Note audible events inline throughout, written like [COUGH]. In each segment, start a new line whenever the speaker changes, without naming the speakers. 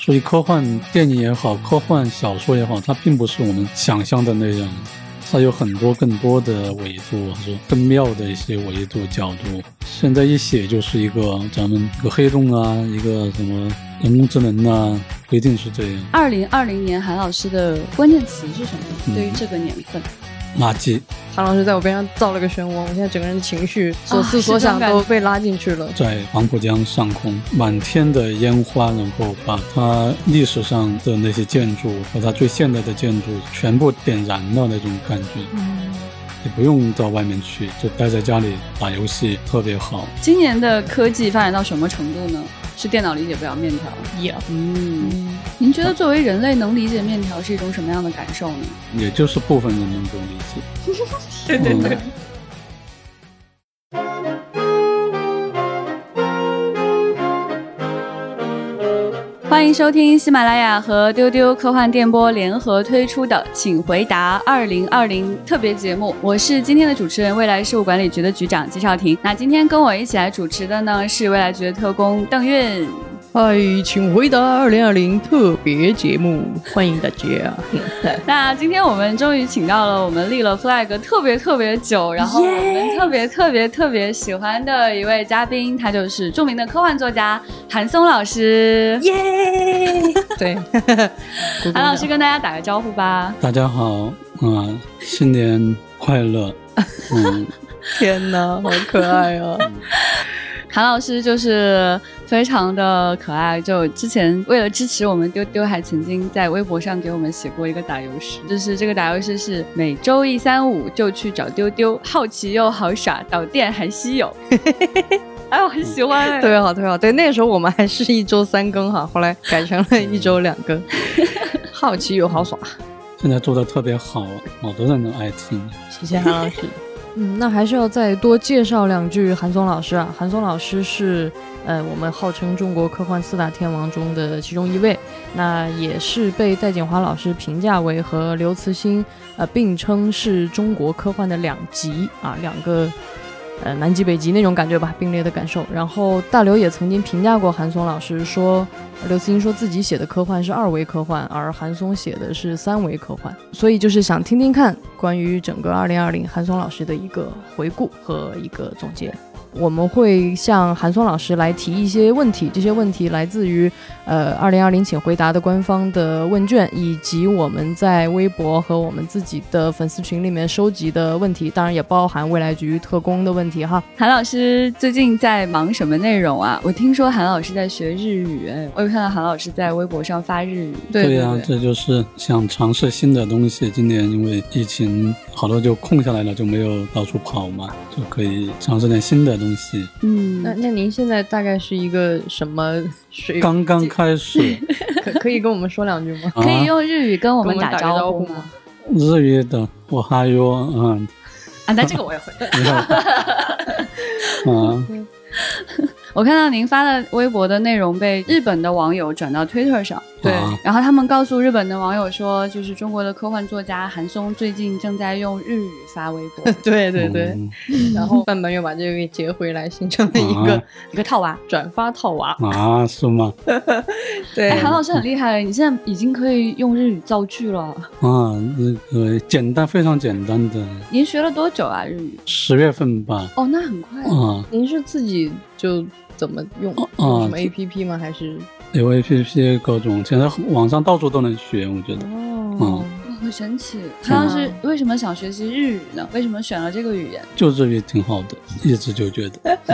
所以科幻电影也好，科幻小说也好，它并不是我们想象的那样，它有很多更多的维度，或者更妙的一些维度角度。现在一写就是一个咱们一个黑洞啊，一个什么人工智能啊，不一定是这样。
二零二零年韩老师的关键词是什么？
嗯
对于这个年份，
垃圾
韩老师在我边上造了个漩涡，我现在整个人的情绪、所思
啊
所
是这种
想
感
都
觉
被拉进去了。
在黄浦江上空，满天的烟花，然后把它历史上的那些建筑和它最现代的建筑全部点燃了那种感觉。也不用到外面去，就待在家里打游戏特别好。
今年的科技发展到什么程度呢？是电脑理解不了面条。
也、
嗯，您觉得作为人类能理解面条是一种什么样的感受呢？
也就是部分人能够理嗯解。
对
对对
欢迎收听喜马拉雅和丢丢科幻电波联合推出的《请回答2020》特别节目，我是今天的主持人，未来事务管理局的局长季少廷。那今天跟我一起来主持的呢是未来局的特工邓韵。
嗨，请回答二零二零特别节目，欢迎大 [LAUGHS] 家。
那今天我们终于请到了我们立了 flag 特别特别久，然后我们特别特别特别喜欢的一位嘉宾，他就是著名的科幻作家韩松老师。
对，
韩老师跟大家打个招呼吧。
大家好，啊、新年快乐！嗯，
天哪，好可爱啊！
韩老师就是非常的可爱，就之前为了支持我们丢丢，还曾经在微博上给我们写过一个打油诗，就是这个打油诗是每周一、三、五就去找丢丢，好奇又好耍，导电还稀有。哎，我很喜欢、哎。
特别好，特别好。 [LAUGHS] 对，那个时候我们还是一周三更哈，后来改成了一周两 [LAUGHS] 更。好奇又好耍，
现在做的特别好，好多人都爱听。
谢谢韩老师。
[LAUGHS] 嗯，那还是要再多介绍两句韩松老师啊。韩松老师是呃，我们号称中国科幻四大天王中的其中一位，那也是被戴锦华老师评价为和刘慈欣呃并称是中国科幻的两极啊，两个呃南极北极那种感觉吧，并列的感受。然后大刘也曾经评价过韩松老师说，刘慈欣说自己写的科幻是二维科幻，而韩松写的是三维科幻。所以就是想听听看关于整个二零二零韩松老师的一个回顾和一个总结。我们会向韩松老师来提一些问题，这些问题来自于呃二零二零请回答的官方的问卷，以及我们在微博和我们自己的粉丝群里面收集的问题，当然也包含未来局特工的问题哈。
韩老师最近在忙什么内容啊？我听说韩老师在学日语，哎，我有看到韩老师在微博上发日语。
对对
呀、这就是想尝试新的东西。今年因为疫情，好多就空下来了，就没有到处跑嘛，就可以尝试点新的东西。
嗯，
那那您现在大概是一个什么水？
刚刚开始，
可可以跟我们说两句吗？
啊
可以用日语跟我们
跟我们
打
打个
招
招
呼
呼
吗
吗？
日语的我还有嗯，
啊，那这个我也
[LAUGHS]
会。
你好，嗯，
我看到您发的微博的内容被日本的网友转到 Twitter 上，
对
啊
然后他们告诉日本的网友说，就是中国的科幻作家韩松最近正在用日语发微
[LAUGHS]
博，
[LAUGHS] 对对对。
嗯
然后范本又把这个给截回来，形成了一个
啊
一个套娃。
转发套娃。
啊，是吗？
对
哎，韩老师很厉害，你现在已经可以用日语造句了。
啊，那个简单，非常简单的，
您学了多久啊日语？
十月份吧。
哦，那很快。
啊，
您是自己就怎么用
哦
用什么 APP 吗？还是
有 A P P 各种，现在网上到处都能学，我觉得。
哦，
哇很神奇，
嗯
韩老师为什么想学习日语呢？为什么选了这个语言？
就日语挺好的，一直就觉得。
[LAUGHS]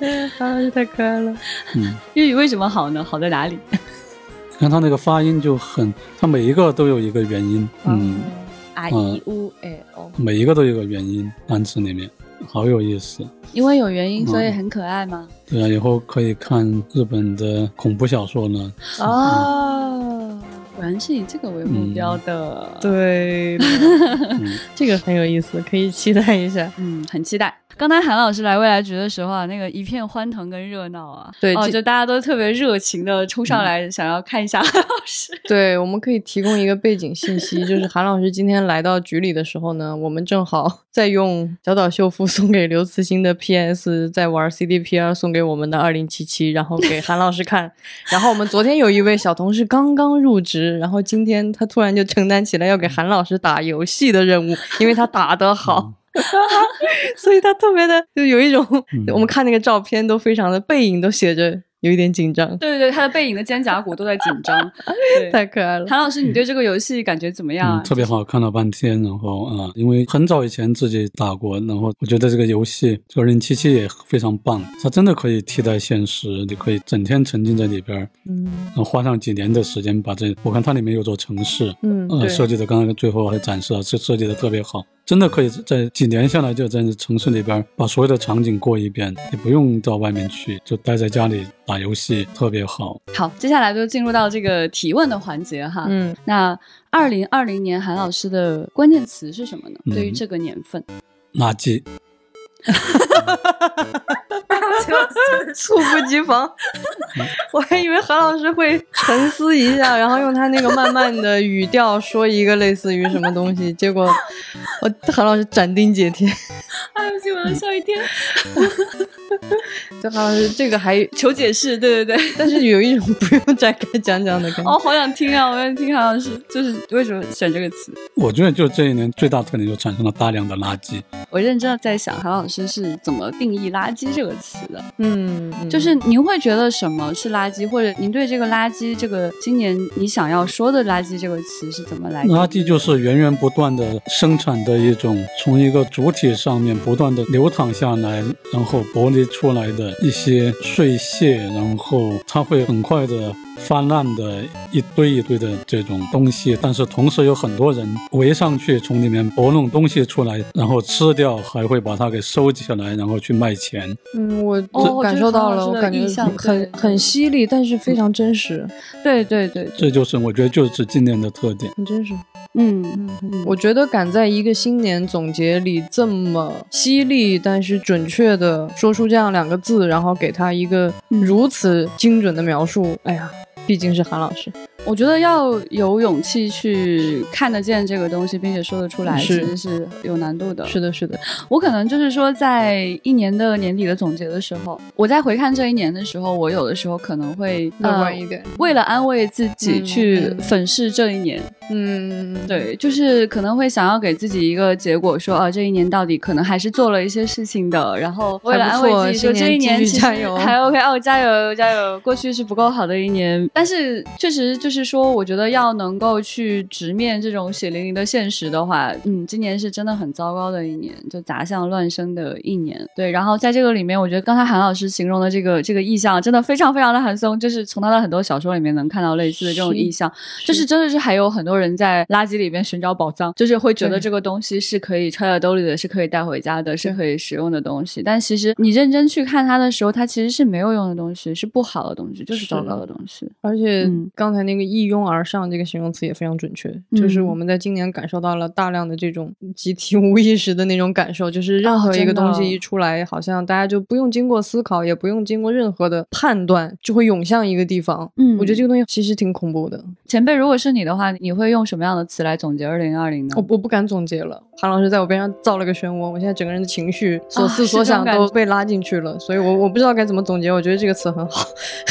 嗯
韩
啊
老师太可爱了。
嗯，
日语为什么好呢？好在哪里？
你看他那个发音就很，他每一个都有一个元音，嗯，
啊一乌哎哦，
每一个都有个元音，单词里面，好有意思。
因为有原因，所
嗯
以很可爱吗？
对啊，以后可以看日本的恐怖小说了。
哦，
果然是以这个为目标的。
对，
嗯
[LAUGHS] 这个很有意思，可以期待一下。
嗯，很期待。刚才韩老师来未来局的时候啊，那个一片欢腾跟热闹啊，
对
哦，
这
就大家都特别热情的冲上来，想要看一下
嗯
韩老师。
对，我们可以提供一个背景信息，就是韩老师今天来到局里的时候呢，我们正好 [LAUGHS] 在用小岛秀夫送给刘慈欣的 PS 在玩 CDPR 送给我们的二零七七，然后给韩老师看。 [LAUGHS] 然后我们昨天有一位小同事刚刚入职，然后今天他突然就承担起了要给韩老师打游戏的任务，因为他打得好。 [LAUGHS] 所以他特别的就有一种，
嗯
[LAUGHS] 我们看那个照片都非常的背影都写着有一点紧张，
[LAUGHS] 对对对，他的背影的肩胛骨都在紧
[LAUGHS]
张。对，
太可爱了。
韩老师，你对这个游戏感觉怎么样
嗯，
啊？
特别好看了半天，然后啊、因为很早以前自己打过，然后我觉得这个游戏这个零七七也非常棒，它真的可以替代现实，你可以整天沉浸在里边儿，
嗯
然后花上几年的时间把这，我看它里面有座城市，
嗯，
呃，
对。
设计的刚才最后还展示了，设设计的特别好，真的可以在几年下来就在城市里边把所有的场景过一遍，也不用到外面去，就待在家里打游戏，特别好。
好，接下来就进入到这个提问的环节哈。
嗯，
那二零二零年韩老师的关键词是什么呢？
嗯
对于这个年份， [LAUGHS]
垃圾，
哎
猝不及防， [LAUGHS] 我还以为韩老师会沉思一下，然后用他那个慢慢的语调说一个类似于什么东西，结果我韩老师斩钉截铁，
哎不行，我要笑一天。
就韩老师这个还，
求解释，对对对。
但是有一种不用展开讲讲的感觉。
哦，好想听啊！我想听韩老师，就是为什么选这个词？
我觉得就这一年最大特点就产生了大量的垃圾。
我认真的在想，韩老师是怎么定义“垃圾”这个词的？
嗯，嗯
就是您会觉得什么是垃圾，或者您对这个“垃圾”这个今年你想要说的“垃圾”这个词是怎么来定义？
垃圾就是源源不断的生产的一种，从一个主体上面不断的流淌下来，然后剥离出来的一些碎屑，然后它会很快的泛滥的一堆一堆的这种东西，但是同时有很多人围上去，从里面拨弄东西出来，然后吃掉，还会把它给收起来，然后去卖钱。
嗯，我
哦我
感
觉得
受到
韩老
了，
师
我
的
感觉
意象
很
对
很犀利，但是非常真实，
对对对对，
这就是我觉得就是今年的特点。
很真实。
嗯，
我觉得敢在一个新年总结里这么犀利，但是准确的说出这样两个字，然后给他一个
嗯
如此精准的描述，哎呀，毕竟是韩老师，
我觉得要有勇气去看得见这个东西，并且说得出来，其
是
实是有难度的。
是的，是的，
我可能就是说，在一年的年底的总结的时候，我在回看这一年的时候，我有的时候可能会
乐
呃
观一点，
为了安慰自己
嗯
去
嗯
粉饰这一年，
嗯，，
对，就是可能会想要给自己一个结果说，啊，这一年到底可能还是做了一些事情的。然后为了安慰自己说，
还不错
这一年
新年继
其
续
实
加油
还 OK 哦，加油加油！过去是不够好的一年，但是确实就是说，我觉得要能够去直面这种血淋淋的现实的话，嗯，今年是真的很糟糕的一年，就杂项乱生的一年。对，然后在这个里面，我觉得刚才韩老师形容的这个这个意象，真的非常非常的韩松，就是从他的很多小说里面能看到类似的这种
是
意象。就是真的是还有很多人在垃圾里面寻找宝藏，就是会觉得这个东西是可以揣在兜里的，是可以带回家的，是可以使用的东西。但其实你认真去看它的时候，它其实是没有用的东西，是不好的东西，就是
是
糟糕的东西。
而且
嗯
刚才那个一拥而上这个形容词也非常准确，就是
嗯
我们在今年感受到了大量的这种集体无意识的那种感受，就是任
哦
何一个
真的
东西一出来，好像大家就不用经过思考，也不用经过任何的判断，就会涌向一个地方。
嗯
我觉得这个东西其实挺恐怖的，
前辈，如果是你的话，你会用什么样的词来总结二零二零呢
我？我不敢总结了。韩老师在我边上造了个漩涡，我现在整个人的情绪、所
啊
思
是
所
这种
想
感
都
觉
被拉进去了，所以我我不知道该怎么总结。我觉得这个词很好。 [LAUGHS]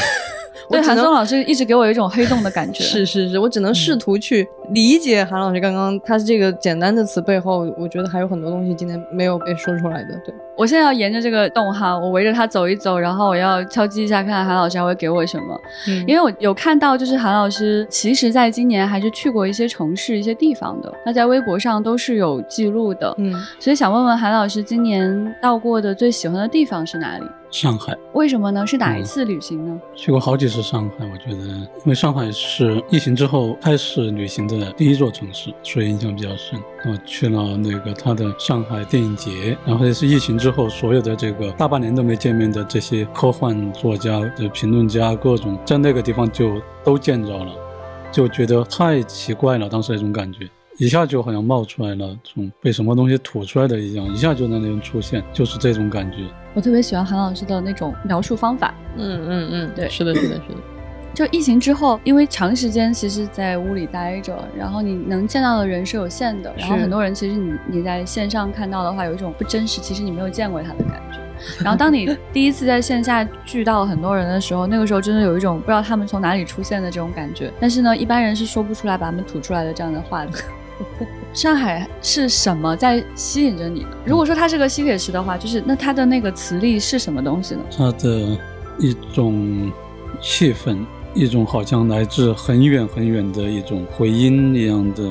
我
对，
只
韩
能
松老师一直给我有一种黑洞的感觉。
[LAUGHS]
嗯
是是是，我只能试图去理解韩老师刚刚他这个简单的词背后，我觉得还有很多东西今天没有被说出来的。对，
我现在要沿着这个洞哈，我围着它走一走，然后我要敲击一下，看看韩老师还会给我什么。因
为
为我有看到，就是韩老师其实在今年还是去过一些城市、一些地方的，他在微博上都是有记录的，
嗯，
所以想问问韩老师，今年到过的最喜欢的地方是哪里？
上海。
为什么呢？是哪一次旅行呢？
去过好几次上海，我觉得，因为上海是疫情之后开始旅行的第一座城市，所以印象比较深。我去了那个它的上海电影节，然后也是疫情之后，所有的这个大半年都没见面的这些科幻作家、呃评论家，各种在那个地方就都见着了，就觉得太奇怪了，当时那种感觉。一下就好像冒出来了，这种被什么东西吐出来的一样，一下就在那边出现，就是这种感觉。
我特别喜欢韩老师的那种描述方法，
嗯嗯嗯，
对
是的，是的，是的。
就疫情之后，因为长时间其实在屋里待着，然后你能见到的人是有限的，然后
是
很多人其实你你在线上看到的话，有一种不真实，其实你没有见过他的感觉。然后当你第一次在线下聚到很多人的时候，那个时候真的有一种不知道他们从哪里出现的这种感觉，但是呢，一般人是说不出来把他们吐出来的这样的话的。上海是什么在吸引着你呢？如果说它是个吸铁石的话，就是那它的那个磁力是什么东西呢？
它的一种气氛，一种好像来自很远很远的一种回音一样的，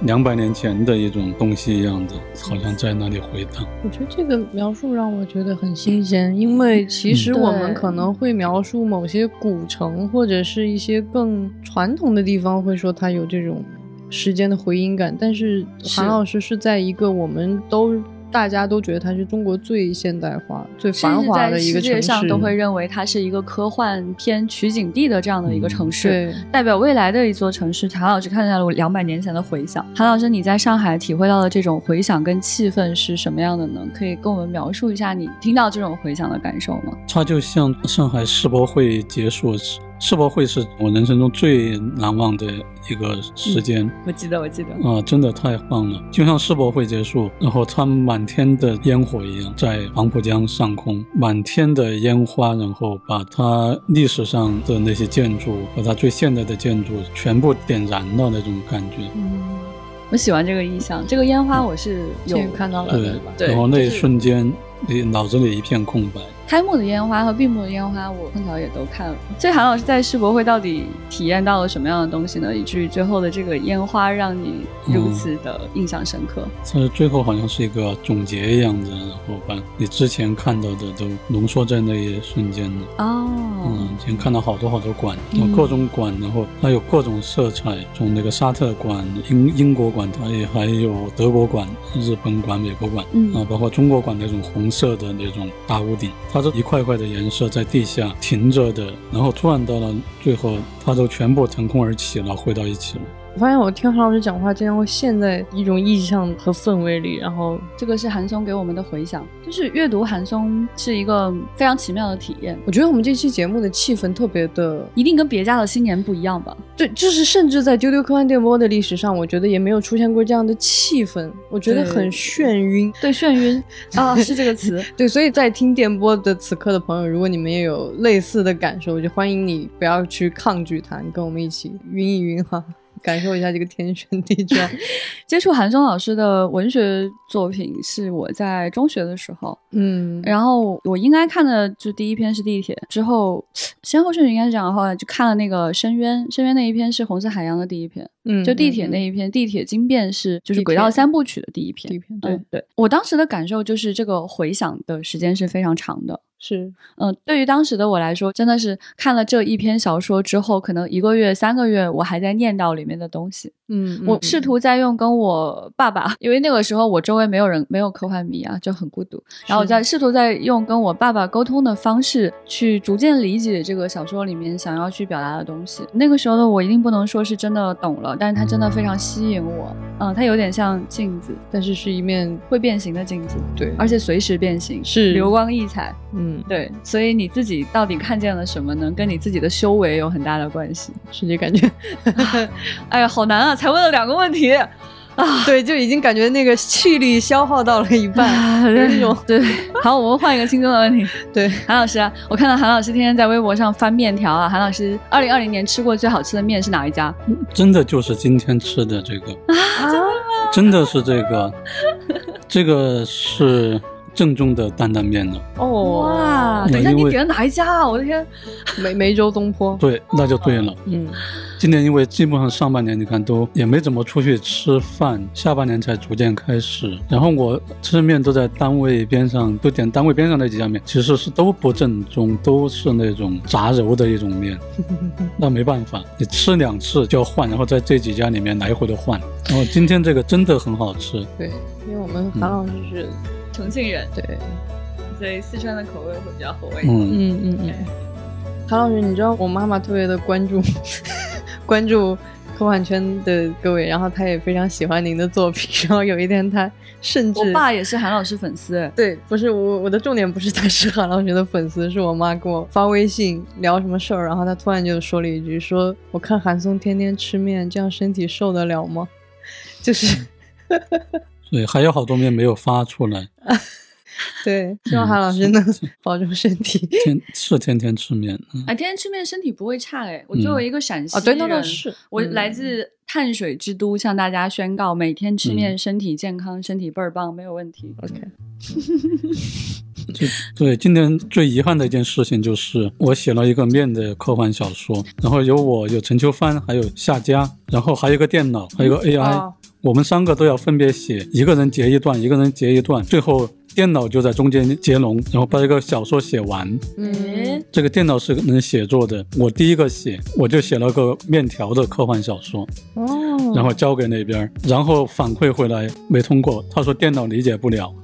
两百年前的一种东西一样的，好像在那里回荡。
我觉得这个描述让我觉得很新鲜，因为其实
嗯
我们
对
可能会描述某些古城或者是一些更传统的地方，会说它有这种时间的回音感，但是
是
韩老师是在一个我们都大家都觉得它是中国最现代化、最繁
甚至
华
在
的一个
世
城
界
市，
上都会认为它是一个科幻片取景地的这样的一个城市，
嗯对
代表未来的一座城市。韩老师看到了两百年前的回响。韩老师，你在上海体会到的这种回响跟气氛是什么样的呢？可以跟我们描述一下你听到这种回响的感受吗？
它就像上海世博会结束，世世博会是我人生中最难忘的一个时间。
我记得，我记得，
啊，真的太棒了！就像世博会结束，然后它满天的烟火一样，在黄浦江上空，满天的烟花，然后把它历史上的那些建筑，把它最现代的建筑全部点燃了那种感觉。
嗯，
我喜欢这个意象。这个烟花我是有
这个看到了
对
吧，
对
然后那
就
一
是
瞬间，你脑子里一片空白。
开幕的烟花和闭幕的烟花，我碰巧也都看了。所以韩老师在世博会到底体验到了什么样的东西呢？以至于最后的这个烟花让你如此的印象深刻？
它最后好像是一个总结一样的，然后把你之前看到的都浓缩在那一瞬间了。
哦
嗯，，以前看到好多好多馆，有各种馆，然后它有各种色彩，从那个沙特馆、英英国馆，它也还有德国馆、日本馆、美国馆，
嗯
啊，包括中国馆那种红色的那种大屋顶，它这一块块的颜色在地下停着的，然后突然到了最后，它都全部腾空而起了，汇到一起了。
我发现我听韩老师讲话，经常会陷在一种意象和氛围里，然后
这个是韩松给我们的回响，就是阅读韩松是一个非常奇妙的体验，
我觉得我们这期节目的气氛特别的
一定跟别家的新年不一样吧？
对，就是甚至在丢丢科幻电波的历史上，我觉得也没有出现过这样的气氛，我觉得
对
很眩晕。
对，眩 [LAUGHS] 晕啊，是这个词。
对，所以在听电波的此刻的朋友，如果你们也有类似的感受，就欢迎你不要去抗拒它，你跟我们一起晕一晕哈，感受一下这个天旋地
[LAUGHS]
转。
接触韩松老师的文学作品是我在中学的时候，
嗯，
然后我应该看的就第一篇是地铁，之后先后顺序应该是这样，后来就看了那个《深渊》，《深渊》那一篇是《红色海洋》的第一篇，
嗯
就地铁
嗯
那一篇，地铁惊变是就是
地
轨道
铁
三部曲的第一嗯篇。
地片，对，
对对，我当时的感受就是这个回响的时间是非常长的。
是
嗯，对于当时的我来说，真的是看了这一篇小说之后，可能一个月、三个月，我还在念叨里面的东西。
嗯，
我
嗯
试图在用跟我爸爸，因为那个时候我周围没有人，没有科幻迷啊，就很孤独。然后我在试图在用跟我爸爸沟通的方式，去逐渐理解这个小说里面想要去表达的东西。那个时候的我一定不能说是真的懂了，但是它真的非常吸引我。嗯，它有点像镜子，
但是是一面
会变形的镜子，
对，
而且随时变形，
是
流光溢彩。
嗯，
对，所以你自己到底看见了什么呢？跟你自己的修为有很大的关系。
是这感觉。
哎呀，好难啊！才问了两个问题，
对，就已经感觉那个气力消耗到了
哎
一半。
对
这种
对。 [LAUGHS] 好，我们换一个轻松的问题。
对，
韩老师啊，我看到韩老师天天在微博上翻面条啊。韩老师，二零二零年吃过最好吃的面是哪一家？
真的就是今天吃的这个，啊 [LAUGHS] 真的是这个，这个是正宗的担担面了。
哦，
哇，等一下，
因为
你点的哪一家啊？我的天，
梅梅州东坡，
对，那就对了。
嗯，
今年因为基本上上半年你看都也没怎么出去吃饭，下半年才逐渐开始。然后我吃面都在单位边上，都点单位边上那几家面，其实是都不正宗，都是那种杂糅的一种面。那没办法，你吃两次就要换，然后在这几家里面来回的换。然后今天这个真的很好吃，
对，因为我们韩老师是，
重庆人，
对，
所以四川的口味会比较厚味
嗯，
嗯 [LAUGHS] 嗯嗯。韩老师，你知道我妈妈特别的关注关注科幻圈的各位，然后他也非常喜欢您的作品， [LAUGHS] 然后有一天他甚至
我爸也是韩老师粉丝，
对，不是我我的重点不是他是韩老师的粉丝，是我妈给我发微信聊什么事儿，然后她突然就说了一句说我看韩松天天吃面，这样身体受得了吗？ [LAUGHS] 就是
所以还有好多面没有发出来。
对，希望韩老师能保重身体。
天是天天吃面，嗯哦
哎，天天吃面身体不会差哎。我作为一个陕西
啊，
人，
对，那倒是
我
嗯
来自碳水之都，向大家宣告，每天吃面，身体健康，身体倍儿棒，没有问题。
OK，
就对，今年最遗憾的一件事情就是我写了一个面的科幻小说，然后有我有陈秋帆，还有夏佳，然后还有一个电脑，还有一个 AI，、
哦
我们三个都要分别写，一个人截一段，一个人截一段，最后电脑就在中间接龙，然后把这个小说写完。
哎
嗯，
这个电脑是能写作的，我第一个写，我就写了个面条的科幻小说，
哦，
然后交给那边儿，然后反馈回来没通过，他说电脑理解不了，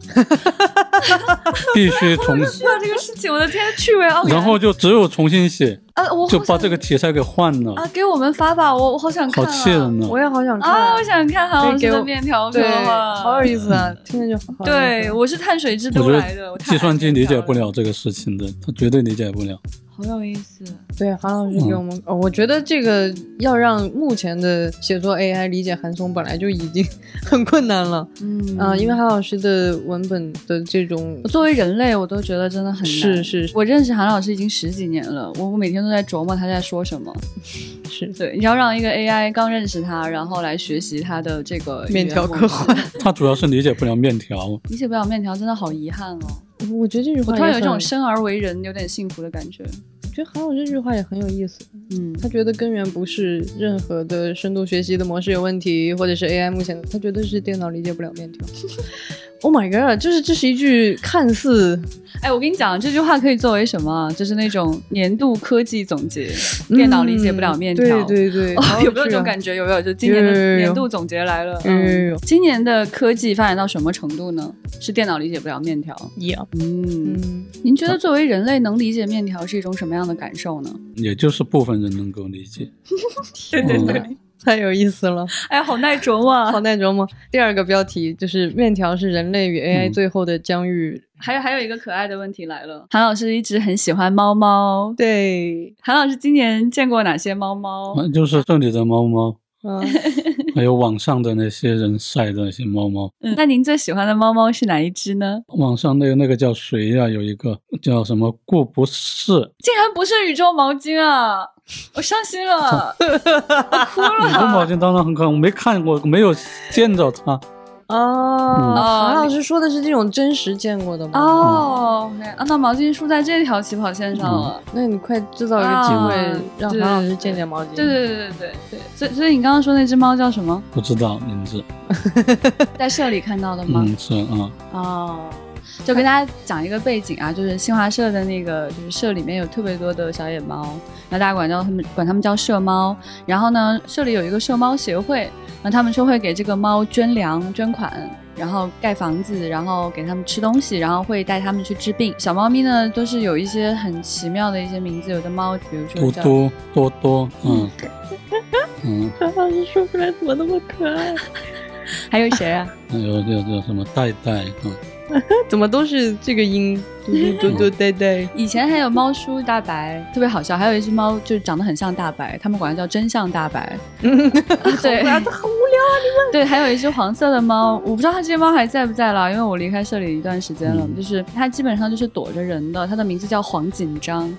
必须重。
知道这个事情，我的天，趣味盎
然后就只有重新写，
呃，我好
就把
想
这个题材给换了，
啊，给我们发吧，我我好想看、
好
啊，
气人呢
哦我！也好想看
啊，我想看韩老
可以
师
给
的
我
面条
对，
啊，
好有意思啊，听着就好。好有意思
对，我是碳水之
我
都
觉
来的，
得
我太
计算机
爱面
理解
条
不了这个事情的，他绝对理解不了。
好有意思。
对，韩老师给我
嗯
们、哦我觉得这个要让目前的写作 AI 理解韩松本来就已经很困难了，
嗯
啊，因为韩老师的文本的这种
我作为人类，我都觉得真的很难。
是是是
我认识韩老师已经十几年了，我我每天都在琢磨他在说什么。
是
对，你要让一个 AI 刚认识他，然后来学习他的这个
面条科幻，
他主要是理解不了面条，
理解不了面条，真的好遗憾哦。
我觉得这句
我
话
突然有
也
一种
很
生而为人有点幸福的感觉。
我觉得韩老师这句话也很有意思，
嗯，
他觉得根源不是任何的深度学习的模式有问题，或者是 AI 目前他觉得是电脑理解不了
[LAUGHS]
面条。Oh my god！就是这是一句看似
哎，我跟你讲，这句话可以作为什么？啊就是那种年度科技总结，电脑理解不了面条。
嗯对对对，
[LAUGHS]
啊
哦，有没有这种感
觉？
觉？有没有？就今年的
有有有有
年度总结来了。
有有有
嗯，今年的科技发展到什么程度呢？是电脑理解不了面条。
Yeah，
嗯，
嗯，
您觉得作为人类能理解面条是一种什么样的感受呢？
也就是部分人能够理解。
对
对对
嗯，太有意
[LAUGHS]
思了，
哎，好耐琢磨
好
啊。
耐琢磨。第二个标题就是“面条是人类与 AI
嗯
最后的疆域
还有还有一个可爱的问题来了，韩老师一直很喜欢猫猫”，。
对，
韩老师今年见过哪些猫猫？嗯
那就是这里的猫猫，
[LAUGHS]
嗯，
还有网上的那些人晒的那些猫猫，
嗯，那您最喜欢的猫猫是哪一只呢？
网上那个那个叫谁呀、有一个叫什么顾不是，
竟然不是宇宙毛巾啊！我伤心了，我哭
宇宙毛
了。
巾当然很可爱，我没看过，没有见着他。
哦，
哦
韩老师说的是这种真实见过的吗？
哦，啊，那毛巾输在这条起跑线上了。
嗯
那你快制造一个机
啊
会，让
对
韩老师见见毛巾。
对对对对对对，所以所以你刚刚说那只猫叫什么？
不知道名字，
在社里看到的吗？
嗯，是啊，
哦，就跟大家讲一个背景啊，就是新华社的那个，就是社里面有特别多的小野猫，然后大家管叫他们管他们叫社猫。然后呢，社里有一个社猫协会，然后他们说会给这个猫捐粮、捐款，然后盖房子，然后给他们吃东西，然后会带他们去治病。小猫咪呢，都是有一些很奇妙的一些名字，有的猫比如说
嘟
叫
嘟多多，
[LAUGHS]
嗯嗯，
韩老师啊说出来怎么那么可爱？
还有谁啊？
还有叫叫什么戴戴，嗯，
怎么都是这个音，嘟 [LAUGHS] 嘟嘟嘟呆呆。
以前还有猫叔大白，特别好笑。还有一只猫就是长得很像大白，他们管它叫真相大白。对，
好无聊。啊
[LAUGHS] 对，还有一只黄色的猫，我不知道它这只猫还在不在了，因为我离开社里一段时间了。
嗯
就是它基本上就是躲着人的，它的名字叫黄紧张。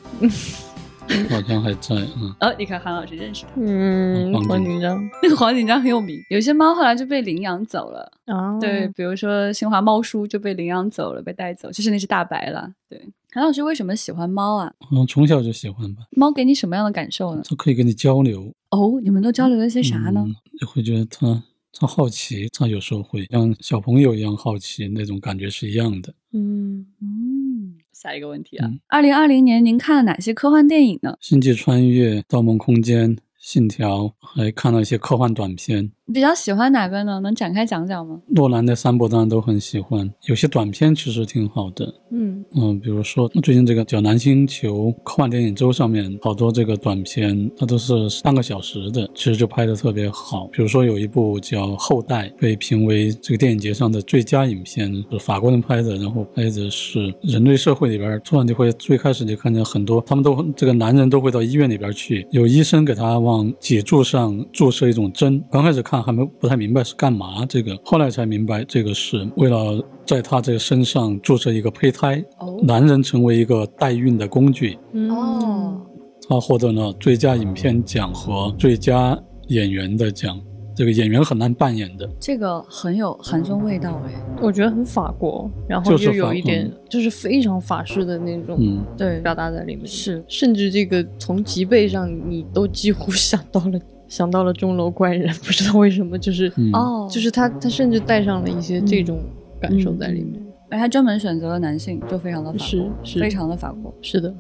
好像还在，嗯，
呃、你看韩老师认识它，
嗯，好紧张
那个黄紧张很有名。有些猫后来就被领养走了，
嗯
啊
对，，比如说新华猫叔就被领养走了，被带走，就是那只大白了。对，韩老师为什么喜欢猫啊？
好像从小就喜欢吧，
猫给你什么样的感受呢？
它可以跟你交流，
哦，你们都交流了些嗯啥呢？
嗯就会觉得它它好奇，它有时候会像小朋友一样好奇，那种感觉是一样的。
嗯，
嗯，下一个问题啊
嗯，
二零二零年您看了哪些科幻电影呢？
星际穿越、盗梦空间、信条，还看了一些科幻短片。
比较喜欢哪个呢？能展开讲讲吗？
诺兰的三部当然都很喜欢，有些短片其实挺好的，
嗯
嗯，比如说最近这个叫《南星球》科幻电影周上面好多这个短片，它都是半个小时的，其实就拍得特别好。比如说有一部叫《后代》，被评为这个电影节上的最佳影片，是法国人拍的，然后拍的是人类社会里边，突然就会最开始就看见很多，他们都这个男人都会到医院里边去，有医生给他往脊柱上注射一种针，刚开始看还没不太明白是干嘛这个，后来才明白这个是为了在他这个身上注射一个胚胎。
哦
男人成为一个代孕的工具。啊
嗯
哦，
他获得了最佳影片奖和最佳演员的奖。这个演员很难扮演的，
这个很有韩综味道哎。
我觉得很法国，然后
就是
又有
法
一点
嗯
就是非常法式的那种
嗯，
对
表达在里面。
是
甚至这个从脊背上，你都几乎想到了 [LAUGHS] 想到了钟楼怪人，不知道为什么，就是、
嗯
哦，
就是他他甚至带上了一些这种感受在里面，
哎，他专门选择了男性，就非常的法国，
是是
非常的法国。
是的，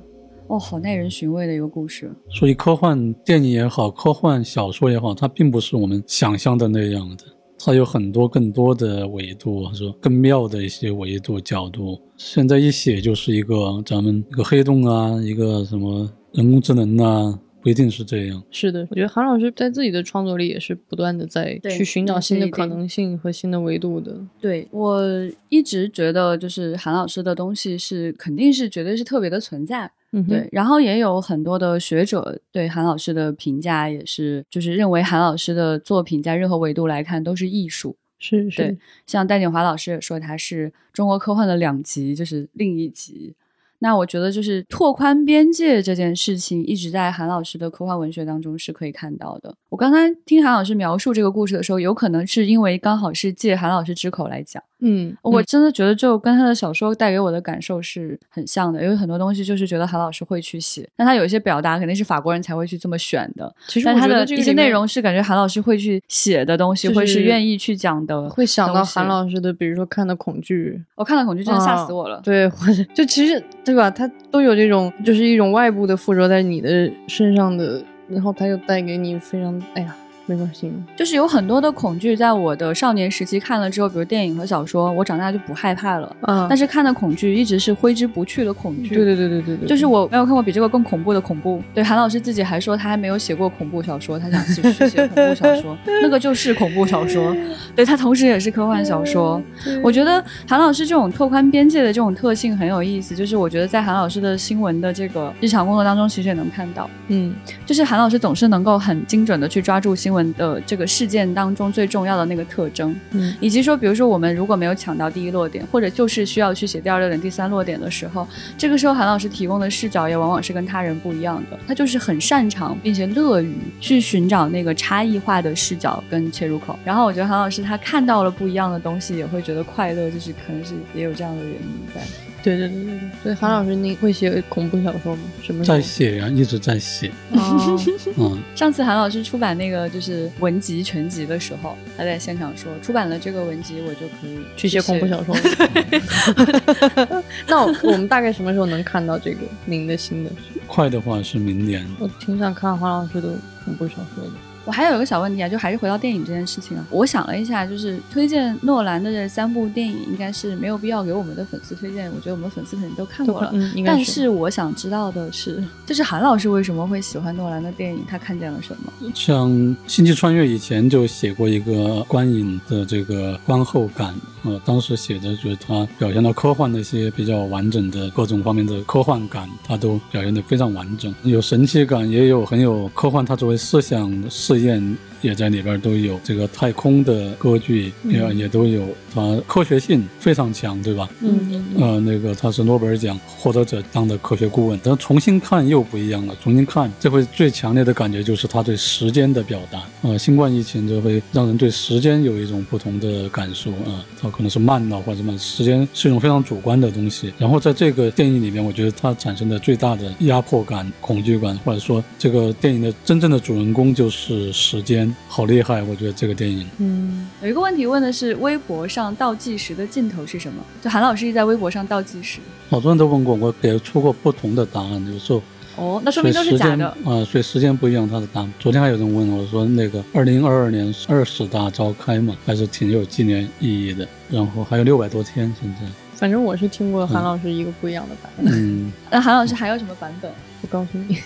哦，好耐人寻味的一个故事。
所以科幻电影也好，科幻小说也好，它并不是我们想象的那样的，它有很多更多的维度，或者说更妙的一些维度角度。现在一写就是一个咱们一个黑洞啊，一个什么人工智能啊，不一定是这样。
是的，我觉得韩老师在自己的创作里也是不断的在
对
去寻找
那
新的
是一
可
定
能性和新的维度的。
对我一直觉得，就是韩老师的东西是肯定是绝对是特别的存在，
嗯哼，
对，然后也有很多的学者对韩老师的评价也是，就是认为韩老师的作品在任何维度来看都是艺术。
是是
对，像戴锦华老师也说他是中国科幻的两极，就是另一极。那我觉得就是拓宽边界这件事情，一直在韩老师的科幻文学当中是可以看到的。我刚才听韩老师描述这个故事的时候，有可能是因为刚好是借韩老师之口来讲。
嗯，
我真的觉得，就跟他的小说带给我的感受是很像的，因为很多东西就是觉得韩老师会去写，但他有一些表达肯定是法国人才会去这么选的，
其实
但
我
他
觉
的
得这个
一些
里
内
面
容是感觉韩老师会去写的东西，
就
会是
是
愿意去讲的。
会想到
东西
韩老师的，比如说看的恐惧，
我看了恐惧真的吓死
啊
我了，
对，或者就其实对吧？它都有这种，就是一种外部的附着在你的身上的，然后它又带给你非常，哎呀，没法形容。
就是有很多的恐惧，在我的少年时期看了之后，比如电影和小说，我长大就不害怕了。
啊
但是看的恐惧一直是挥之不去的恐惧。
对对对对对对，
就是我没有看过比这个更恐怖的恐怖。对，韩老师自己还说他还没有写过恐怖小说，他想去去写恐怖小
[LAUGHS]
说，那个就是恐怖小说。对，他同时也是科幻小说。我觉得韩老师这种拓宽边界的这种特性很有意思，就是我觉得在韩老师的新闻的这个日常工作当中，其实也能看到，
嗯，
就是韩老师总是能够很精准的去抓住新闻的这个事件当中最重要的那个特征。
嗯
以及说，比如说我们如果没有抢到第一落点，或者就是需要去写第二落点、第三落点的时候，这个时候韩老师提供的视角也往往是跟他人不一样的。他就是很擅长并且乐于去寻找那个差异化的视角跟切入口。然后我觉得韩老师他看到了不一样的东西，也会觉得快乐，就是可能是也有这样的原因在。
对对对对对。所以韩老师，你会写恐怖小说吗？什么时候
在？写呀、一直在写，
哦
嗯，
上次韩老师出版那个就是文集全集的时候，他在现场说，出版了这个文集，我就可以
[LAUGHS] 去写恐怖小说吗。 [LAUGHS] 那我我们大概什么时候能看到这个您的新的？
快的话是明年。
我挺想看韩老师的恐怖小说的。
我还有一个小问题啊，就还是回到电影这件事情啊。我想了一下，就是推荐诺兰的这三部电影，应该是没有必要给我们的粉丝推荐。我觉得我们粉丝肯定都看过了。
嗯，应该
但是我想知道的是，就是韩老师为什么会喜欢诺兰的电影？他看见了什么？
像《星际穿越》以前就写过一个观影的这个观后感，呃，当时写的就是他表现了科幻的一些比较完整的各种方面的科幻感，他都表现得非常完整，有神奇感，也有很有科幻，它作为思想试验也在里边都有，这个太空的歌剧也、也都有，它科学性非常强，对吧？
嗯嗯嗯
呃，那个他是诺贝尔奖获得者当的科学顾问，但重新看又不一样了。重新看，这回最强烈的感觉就是他对时间的表达。呃，新冠疫情就会让人对时间有一种不同的感受啊、呃它可能是慢了或者什么，时间是一种非常主观的东西。然后在这个电影里面，我觉得它产生的最大的压迫感、恐惧感，或者说这个电影的真正的主人公就是时间，好厉害！我觉得这个电影。
嗯，
有一个问题问的是，微博上倒计时的尽头是什么？就韩老师一直在微博上倒计时。
好多人都问过，我给出过不同的答案，有时候
哦，那说
所以
明都是
时
假
间
的
啊、。所以时间不一样，它的答案。昨天还有人问我说，那个二零二二年二十大召开嘛，还是挺有纪念意义的。然后还有六百多天，现在，
反正我是听过韩
嗯
老师一个不一样的版本，
嗯，
那韩老师还有什么版本？
我告诉你，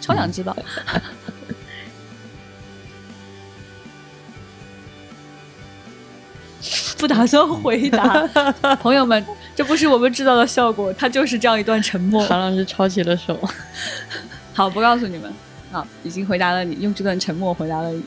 超想知道。 [LAUGHS] 不打算回答，朋友们，这不是我们制造的效果，它就是这样一段沉默。
韩老师抄起了 [LAUGHS] 手。
好，不告诉你们。好，已经回答了你，用这段沉默回答了你。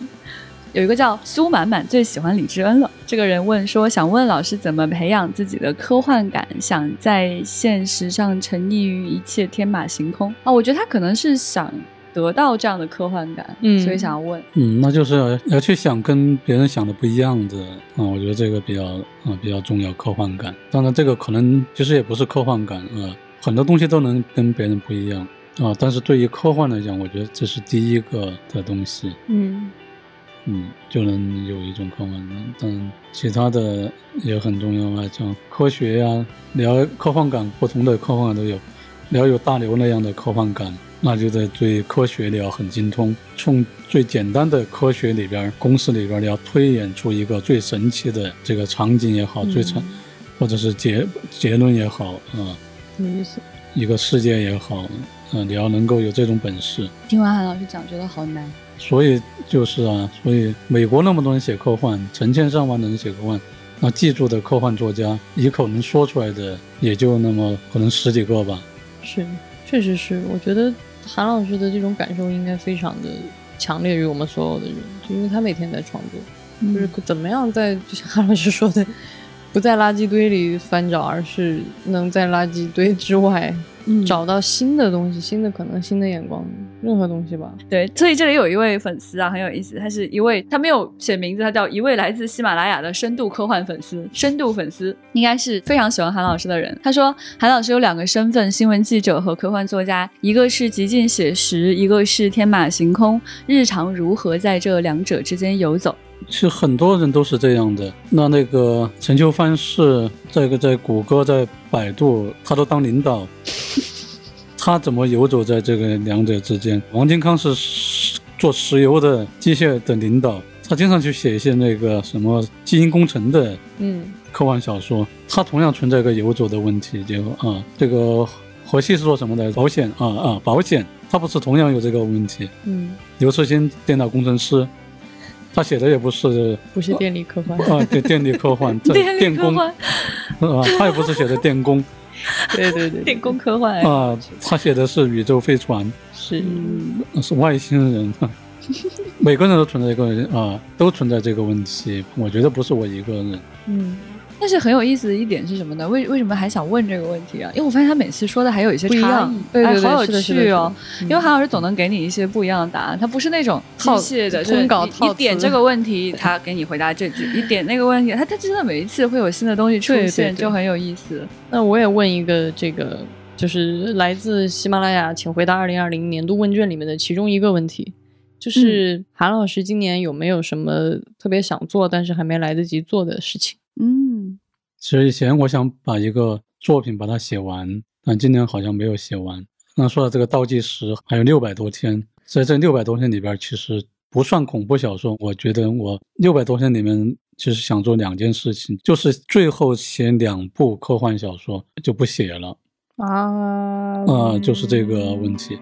有一个叫苏满满最喜欢李智恩了。这个人问说，想问老师怎么培养自己的科幻感，想在现实上沉溺于一切天马行空啊？我觉得他可能是想得到这样的科幻感，
嗯
所以想要问。
嗯，那就是要要去想跟别人想的不一样的啊、我觉得这个比较啊、比较重要，科幻感。当然，这个可能其实也不是科幻感啊、呃很多东西都能跟别人不一样啊、但是对于科幻来讲，我觉得这是第一个的东西，
嗯，
嗯，就能有一种科幻感。但其他的也很重要啊，像科学呀、聊科幻感，不同的科幻都有，聊有大刘那样的科幻感，那就得对科学聊很精通，从最简单的科学里边儿、公式里边儿，你要推演出一个最神奇的这个场景也好，最长或者是结结论也好啊、
有意思。
一个世界也好，嗯、你要能够有这种本事，
听完韩老师讲，觉得好难。
所以就是啊，所以美国那么多人写科幻，成千上万的人写科幻，那记住的科幻作家一口能说出来的也就那么可能十几个吧。
是，确实是。我觉得韩老师的这种感受应该非常的强烈于我们所有的人，就因为他每天在创作，
嗯
就是怎么样在，就像韩老师说的，不在垃圾堆里翻找，而是能在垃圾堆之外
嗯
找到新的东西、新的可能、新的眼光，任何东西吧。
对，所以这里有一位粉丝啊，很有意思，他是一位他没有写名字，他叫一位来自喜马拉雅的深度科幻粉丝，深度粉丝应该是非常喜欢韩老师的人。他说韩老师有两个身份，新闻记者和科幻作家，一个是极尽写实，一个是天马行空，日常如何在这两者之间游走？
其实很多人都是这样的。那那个陈秋帆是这个在谷歌、在百度，他都当领导， [LAUGHS] 他怎么游走在这个两者之间？王金康是石做石油的机械的领导，他经常去写一些那个什么基因工程的
嗯，
科幻小说，它同样存在一个游走的问题。结果啊，这个河西是做什么的？保险啊啊，保险，它不是同样有这个问题？
嗯，
刘慈欣电脑工程师，他写的也不是
不是电力科幻， [LAUGHS]
啊，对电力科
[LAUGHS]
幻，这
电力
电
科
工
幻
啊，他也不是写的电工
对对对，
电工科幻、哎
啊，他写的是宇宙飞船，
是，
嗯
是外星人。啊
[LAUGHS]
每个人都存在一个啊，都存在这个问题。我觉得不是我一个人，
嗯，
但是很有意思的一点是什么呢？为为什么还想问这个问题啊？因为我发现他每次说的还有一些
不一
差
样
异，，
对
哎
对对，
好有
是的是的
趣
是的
哦。
嗯
因为韩老师总能给你一些不一样的答案，他不是那种机械的，
套
就是
通稿
你
套
你点
词
这个问题，他给你回答这句；你点那个问题，他他真的每一次会有新的东西出
对对
现，
对
就很有意思。
那我也问一个，这个就是来自喜马拉雅《请回答二零二零年度问卷》里面的其中一个问题，
嗯
就是韩老师今年有没有什么特别想做但是还没来得及做的事情？
嗯，
其实以前我想把一个作品把它写完，但今年好像没有写完。那说到这个倒计时，还有六百多天，在这六百多天里边，其实不算恐怖小说。我觉得我六百多天里面，其实想做两件事情，就是最后写两部科幻小说就不写了。
啊
啊、就是这个问题。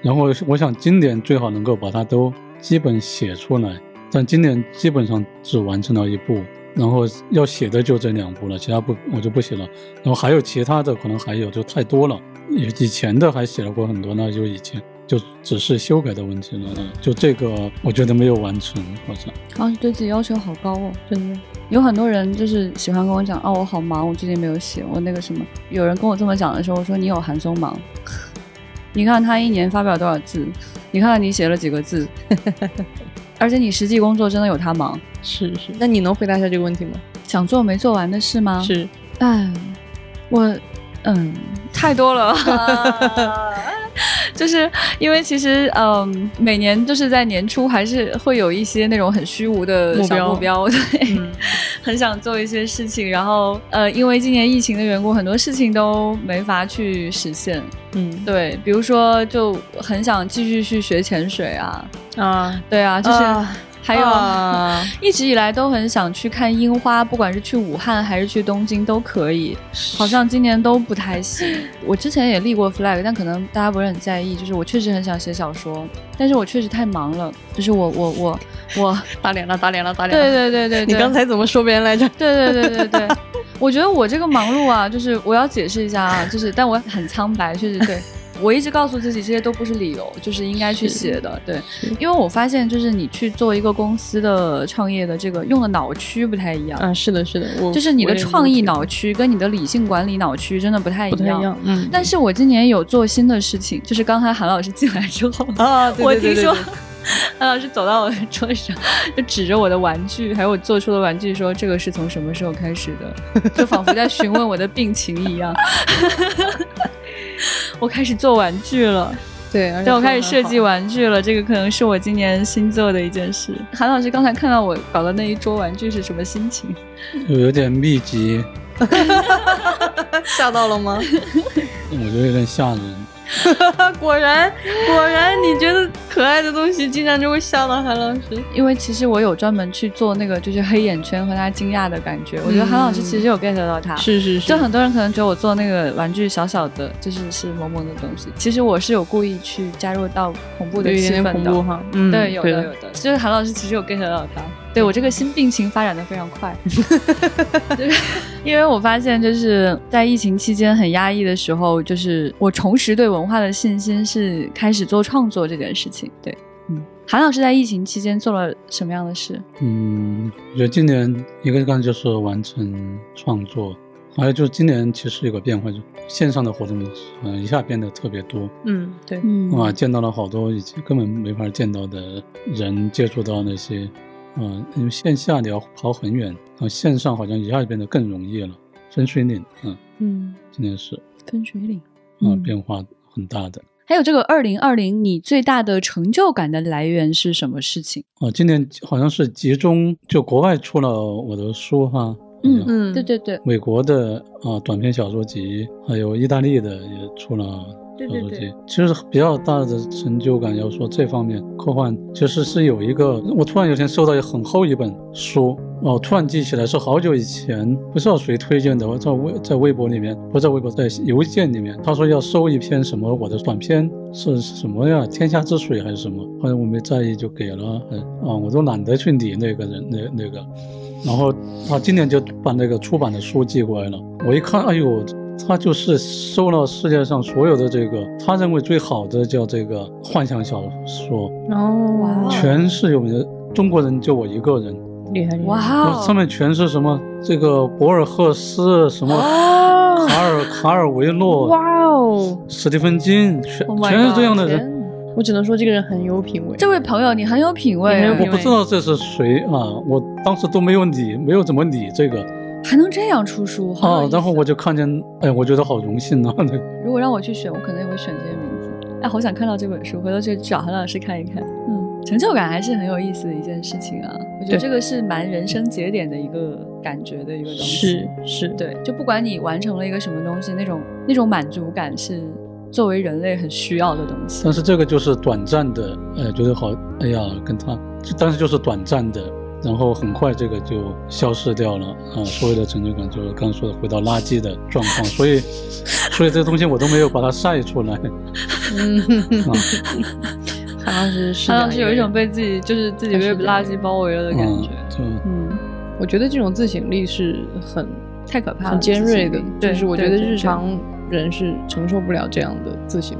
然后我想今年最好能够把它都基本写出来，但今年基本上只完成了一部，然后要写的就这两部了，其他部我就不写了。然后还有其他的可能还有就太多了，以以前的还写了过很多，那就以前就只是修改的问题了。嗯就这个我觉得没有完成，好像。
韩老师对自己要求好高哦。
真的，
有很多人就是喜欢跟我讲，哦，我好忙，我最近没有写，我那个什么。有人跟我这么讲的时候，我说你有韩松忙， [LAUGHS] 你看他一年发表多少字，你看看你写了几个字， [LAUGHS] 而且你实际工作真的有他忙。
是是。啊那你能回答一下这个问题吗？
想做没做完的事吗？
是
哎，我嗯，太多了， [LAUGHS] 就是因为其实嗯，每年就是在年初还是会有一些那种很虚无的小目标，对， [LAUGHS] 很想做一些事情，然后呃，因为今年疫情的缘故，很多事情都没法去实现。
嗯
对，比如说就很想继续去学潜水啊，
啊，
对啊，就是
啊
还有。
啊
一直以来都很想去看樱花，不管是去武汉还是去东京都可以，好像今年都不太行。我之前也立过 flag，但可能大家不是很在意。就是我确实很想写小说，但是我确实太忙了。就是我我我
[LAUGHS]
我，
打脸了，打脸了，打脸
对对
了。
对对对，
啊你刚才怎么说别人来着？
对对对对对， [LAUGHS] 我觉得我这个忙碌啊，就是我要解释一下啊，就是但我很苍白，确实
[LAUGHS]
对。我一直告诉自己，这些都不是理由，就是应该去写的。对，因为我发现，就是你去做一个公司的创业的这个用的脑区不太一样，
[LAUGHS] 啊，是的，是的，我
就是你
我
的
也理
创意
解
脑区跟你的理性管理脑区真的不太一
不
样。
太一样，嗯。
但是我今年有做新的事情，就是刚才韩老师进来之后，
[LAUGHS] 啊，对
[LAUGHS] 我
对
听
对
说
对对
韩老师走到我的桌上，就指着我的玩具，还有我做出的玩具说：“这个是从什么时候开始的？”就仿佛在询问我的病情一样。 [LAUGHS] 我开始做玩具了，
对，而且
对我
说
开
得
始
哎很
设计
好，
玩具了。这个可能是我今年新做的一件事。韩老师刚才看到我搞的那一桌玩具是什么心情？
有有点密集，
[LAUGHS] 吓到了吗？
我觉得有点吓人。
果然，果然，你觉得可爱的东西经常就会吓到韩老师。
因为其实我有专门去做那个就是黑眼圈和他惊讶的感觉，我觉得韩老师其实有 get 到他。
是是是，
就很多人可能觉得我做那个玩具小小的，就是是萌萌的东西。其实我是有故意去加入到恐怖
有
的
一
气
点点
氛
恐
的，
怖哈。嗯，
对，有的
对
有的。就是韩老师其实有 get 到他，对我这个新病情发展的非常
[LAUGHS]
快，就是因为我发现就是在疫情期间很压抑的时候，就是我重拾对文化的信心，是开始做创作这件事情。对，嗯，韩老师在疫情期间做了什么样的事？
嗯，我觉得今年一个刚才就是完成创作，还有就是今年其实有个变化，就线上的活动，嗯、一下变得特别多，
嗯，对，
嗯
啊，见到了好多以前根本没法见到的人，接触到那些，嗯、因为线下你要跑很远，然后线上好像一下就变得更容易了，分水岭，嗯，
嗯，
今年是，
分水岭。
啊，
嗯
变化很大的。
还有这个二零二零，你最大的成就感的来源是什么事情？
啊，今年好像是集中就国外出了我的书哈，
嗯
好像
嗯，
对对对，
美国的啊短篇小说集，还有意大利的也出了小说集。其实比较大的成就感，要说这方面科幻，其实是有一个，我突然有一天收到一个很厚一本书。哦，突然记起来是好久以前，不知道谁推荐的，我在微在微博里面，不是在微博，在邮件里面，他说要收一篇什么我的短篇是什么呀，天下之水还是什么，后来我没在意就给了，嗯啊，我都懒得去理那个人那那个，然后他今年就把那个出版的书寄过来了。我一看，哎呦，他就是收了世界上所有的这个他认为最好的叫这个幻想小说，
哦，
哇哦
全是有名的。中国人就我一个人，
厉害厉害！
然
哇
后上
哦，
面全是什么这个博尔赫斯，什么
哦，
卡尔卡尔维诺、
哇哦！
史蒂芬金，全
Oh my
全是这样的
God，
人。
天哪
我只能说这个人很有品味。
这位朋友，你很有品味
你很有
啊，
哎我
品
不
味
知道这是谁啊，我当时都没有理，没有怎么理这个
还能这样出书好有
哦
啊
意。思
然后我就看见，哎，我觉得好荣幸啊，那个。
如果让我去选，我可能也会选这些名字。哎，好想看到这本书，回头去找韩老师看一看。嗯，成就感还是很有意思的一件事情啊。我觉得
对
这个是蛮人生节点的一个感觉的一个东西。
是是，
对，就不管你完成了一个什么东西，那种那种满足感是作为人类很需要的东西。
但是这个就是短暂的，呃，觉得好，哎呀，跟他，就但是就是短暂的，然后很快这个就消失掉了啊，所有的成就感就是刚刚说的回到垃圾的状
[LAUGHS]
况，所以，所以这东西我都没有把它晒出来
嗯，
啊，
他当时嗯
韩老师是这样个
有一
人
种被自己就是自己
他
被
是这样
垃圾包围了的感
嗯
觉。，
就
嗯，
我觉得这种自省力是很
太可怕了，
很尖锐
自
的
己，对，
就是我觉
对
得
对
日
对
常人是承受不了这样的自省。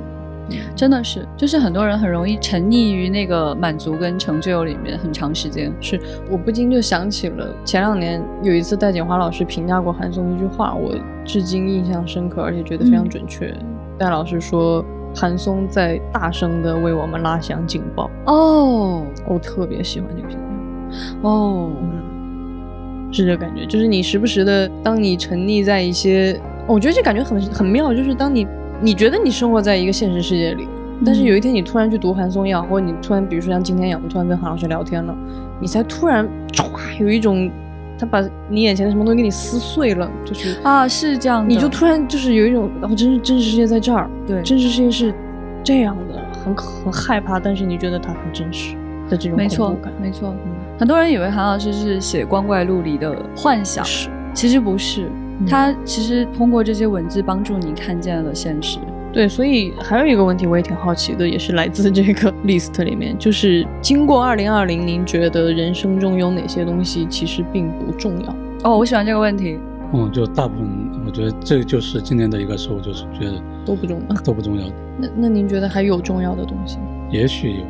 真的是，就是很多人很容易沉溺于那个满足跟成就里面很长时间。
是，我不禁就想起了前两年有一次戴锦华老师评价过韩松的一句话，我至今印象深刻，而且觉得非常
嗯
准确。戴老师说，韩松在大声的为我们拉响警报，
哦
我特别喜欢这个评价。
哦，
嗯是这感觉，就是你时不时的，当你沉溺在一些，我觉得这感觉很很妙，就是当你你觉得你生活在一个现实世界里，但是有
嗯
一天你突然去读韩松耀，或者你突然比如说像今天一样，我们突然跟韩老师聊天了，你才突然唰有一种他把你眼前的什么东西给你撕碎了，就是
啊，是这样的，
你就突然就是有一种哦，真是真实世界在这儿，
对
真实世界是这样的，很很害怕，但是你觉得它很真实的这种
没错
恐怖感，
没错。很多人以为韩老师是写光怪陆离的幻想，
是
其实不是，他其实通过这些文字帮助你看见了现实。
对，所以还有一个问题我也挺好奇的，也是来自这个 [LAUGHS] list 里面，就是经过二零二零，您觉得人生中有哪些东西其实并不重要？
哦，我喜欢这个问题。
嗯，就大部分我觉得这就是今年的一个收获，就是觉得
都不重要。
都不重要，
那那您觉得还有重要的东西吗？
也许有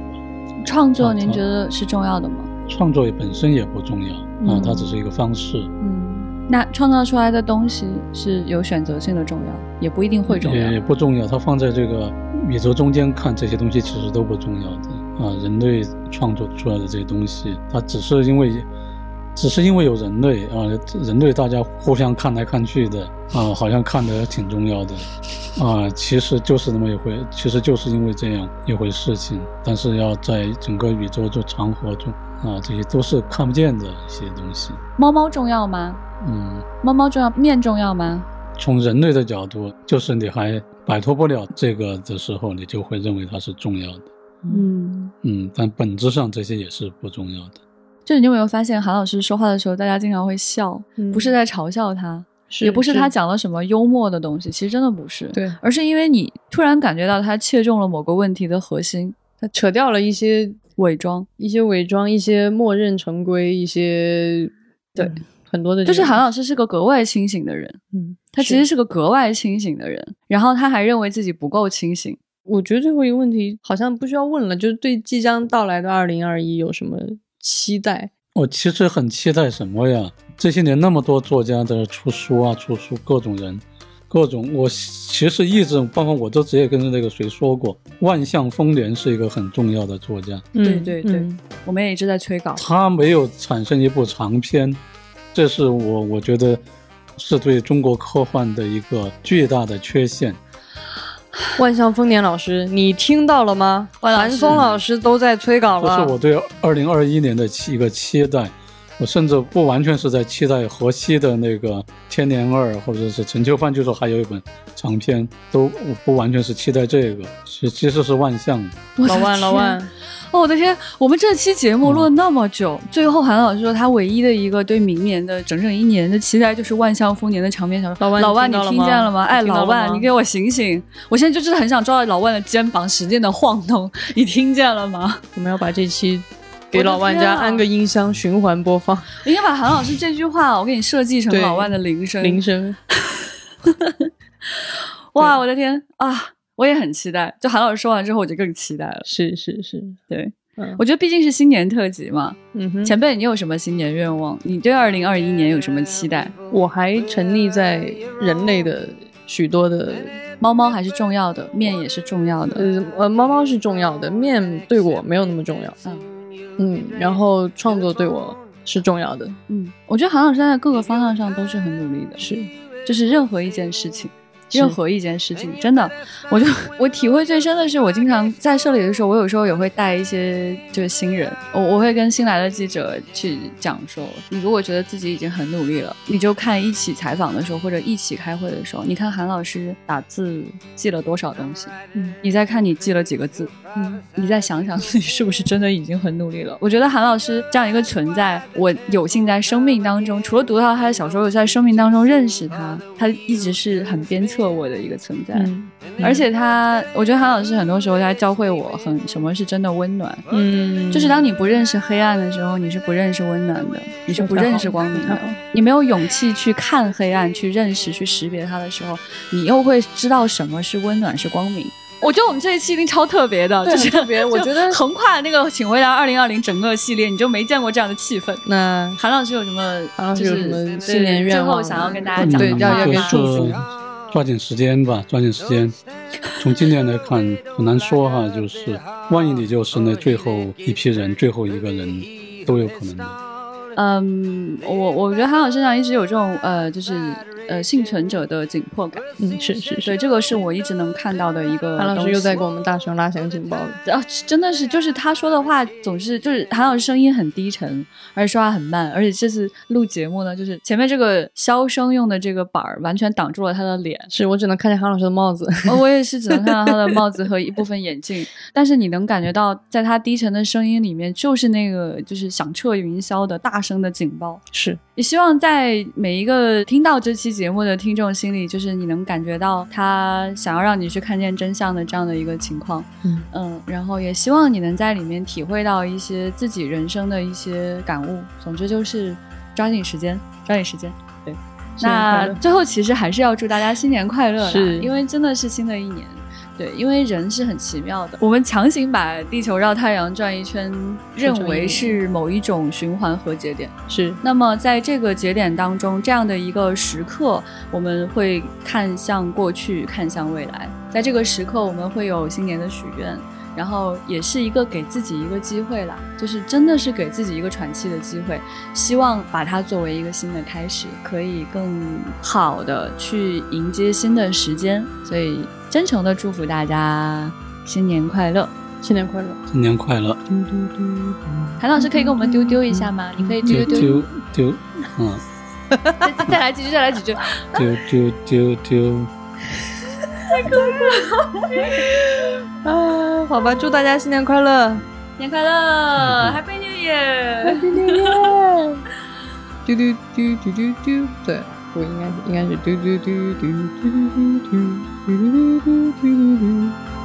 创作
好的
您觉得是重要的吗？
创作本身也不重要啊
嗯，
它只是一个方式，
嗯，那创造出来的东西是有选择性的重要，也不一定会重
也也
要。
不重要。它放在这个宇宙中间看这些东西，其实都不重要的啊。人类创作出来的这些东西，它只是因为，只是因为有人类啊，人类大家互相看来看去的啊，好像看得挺重要的啊，其实就是那么一回，其实就是因为这样一回事情。但是要在整个宇宙中长河中啊，这些都是看不见的一些东西，
猫猫重要吗？
嗯。
猫猫重要，面重要吗？
从人类的角度，就是你还摆脱不了这个的时候，你就会认为它是重要的。
嗯，
嗯，但本质上这些也是不重要的。
就你有没有发现韩老师说话的时候，大家经常会笑，
嗯
不是在嘲笑他，
是
也不是他讲了什么幽默的东西，其实真的不是，
对，
而是因为你突然感觉到他切中了某个问题的核心
他扯掉了一些
伪装。
一些伪装，一些默认成规，一些
对
嗯很多的这
就
种，
是韩老师是个格外清醒的人，
嗯，
他其实是个格外清醒的人，然后他还认为自己不够清醒。
我觉得最后一个问题好像不需要问了，就是对即将到来的二零二一有什么期待？
我其实很期待什么呀？这些年那么多作家的出书啊，出书各种人，各种我其实一直，包括我都直接跟那个谁说过，万象丰年是一个很重要的作家，
对
嗯
对对
嗯
我们也一直在催稿，
他没有产生一部长篇，这是我我觉得是对中国科幻的一个巨大的缺陷。
万象丰年老师，你听到了吗？
万老师
韩松老师都在催稿
这
了。
是我对二零二一年的期一个期待。我甚至不完全是在期待河西的那个《天年二》，或者是陈秋帆，据说还有一本长篇，都我不完全是期待这个，其其实是万象的。
我的
老万，老
天
万，
[LAUGHS] 哦，我的天！我们这期节目录
嗯
了那么久，最后韩老师说他唯一的一个对明年的整整一年的期待就是《万象丰年》的长篇小说。
老万
老万，
你
你
听到了
听见了吗？
吗
哎，
你听到
老
了
万，
吗
你给我醒醒！我现在就真的很想抓到老万的肩膀，使劲的晃动。你听见了吗？ [LAUGHS]
我们要把这期给
我的
老万
天
家
啊
安个音箱循环播放
应该把韩老师这句话，我给你设计成
对
老万的铃声。
铃声。
哇，
对
我的天啊！我也很期待。就韩老师说完之后，我就更期待了。
是是是，
对，
嗯
我觉得毕竟是新年特辑嘛。
嗯哼，
前辈，你有什么新年愿望？你对二零二一年有什么期待？
我还沉溺在人类的许多的，
猫猫还是重要的，面也是重要的。
呃呃，猫猫是重要的，面对我没有那么重要，
嗯
嗯，然后创作对我是重要的，
嗯，我觉得韩老师在各个方向上都是很努力的，
是
就是任何一件事情。
是
任何一件事情，真的，我就 [LAUGHS] 我体会最深的是，我经常在社里的时候，我有时候也会带一些就是新人，我我会跟新来的记者去讲说，你如果觉得自己已经很努力了，你就看一起采访的时候或者一起开会的时候，你看韩老师打字记了多少东西，
嗯
你再看你记了几个字，
嗯
你再想想自己是不是真的已经很努力了。我觉得韩老师这样一个存在，我有幸在生命当中，除了读到他的小说，我在生命当中认识他，他一直是很鞭策我的一个存在。
嗯
而且他，我觉得韩老师很多时候他教会我很什么是真的温暖，
嗯，
就是当你不认识黑暗的时候，你是不认识温暖的，你是不认识光明
[LAUGHS]
的。你没有勇气去看黑暗、去认识、去识别它的时候，你又会知道什么是温暖、是光明。我觉得我们这一期一定超特别的，
对
就是
很特别我觉得
就横跨那个《请回答二零二零》整个系列，你就没见过这样的气氛。
那
韩老师有什么？
韩老师有
就是
什么
对
新年愿望
最后想要跟大家
嗯
讲
对
的
要
话
要
就
给祝福
是抓紧时间吧，抓紧时间。从今年来看，很难说哈，就是万一你就是那最后一批人，最后一个人，都有可能的。
嗯，我我觉得韩老身上一直有这种呃，就是呃幸存者的紧迫感。
嗯，是是是。
对，这个是我一直能看到的一个东西。
韩老师又在给我们大声拉响警报了。。
然后哦真的是，就是他说的话总是就是韩老师声音很低沉，而且说话很慢，而且这次录节目呢，就是前面这个消声用的这个板儿完全挡住了他的脸
是我只能看见韩老师的帽子， [LAUGHS]
呃我也是只能看到他的帽子和一部分眼镜， [LAUGHS] 但是你能感觉到，在他低沉的声音里面，就是那个就是响彻云霄的大声的警报。
是
也希望在每一个听到这期节目的听众心里，就是你能感觉到他想要让你去看见真相的这样的一个情况。
嗯
然后也希望你能在里面体会到一些自己人生的一些感悟。总之就是抓紧时间，抓紧时间。对，
新年
那
快乐
最后其实还是要祝大家新年快乐啦，
是
因为真的是新的一年。对，因为人是很奇妙的，我们强行把地球绕太阳转一圈，认
成一
为
年
是某一种循环和节点。
是
那么在这个节点当中，这样的一个时刻，我们会看向过去，看向未来。在这个时刻，我们会有新年的许愿，然后也是一个给自己一个机会啦，就是真的是给自己一个喘气的机会。希望把它作为一个新的开始，可以更好的去迎接新的时间。所以，真诚的祝福大家新年快乐！
新年快乐。
新年快乐，
嘟嘟嘟
韩老师可以给我们丢丢一下吗？你可以丢
丢 [LAUGHS]
丢丢，
丢丢，嗯，
再再来几句，再来几句。
丢丢丢丢，
啊，好吧，祝大家新年快乐，
年快乐，Happy New Year！
新年快乐。 [LAUGHS] 嘟嘟嘟嘟嘟嘟，对我应该是应该是嘟嘟嘟嘟嘟嘟嘟嘟嘟嘟嘟嘟嘟。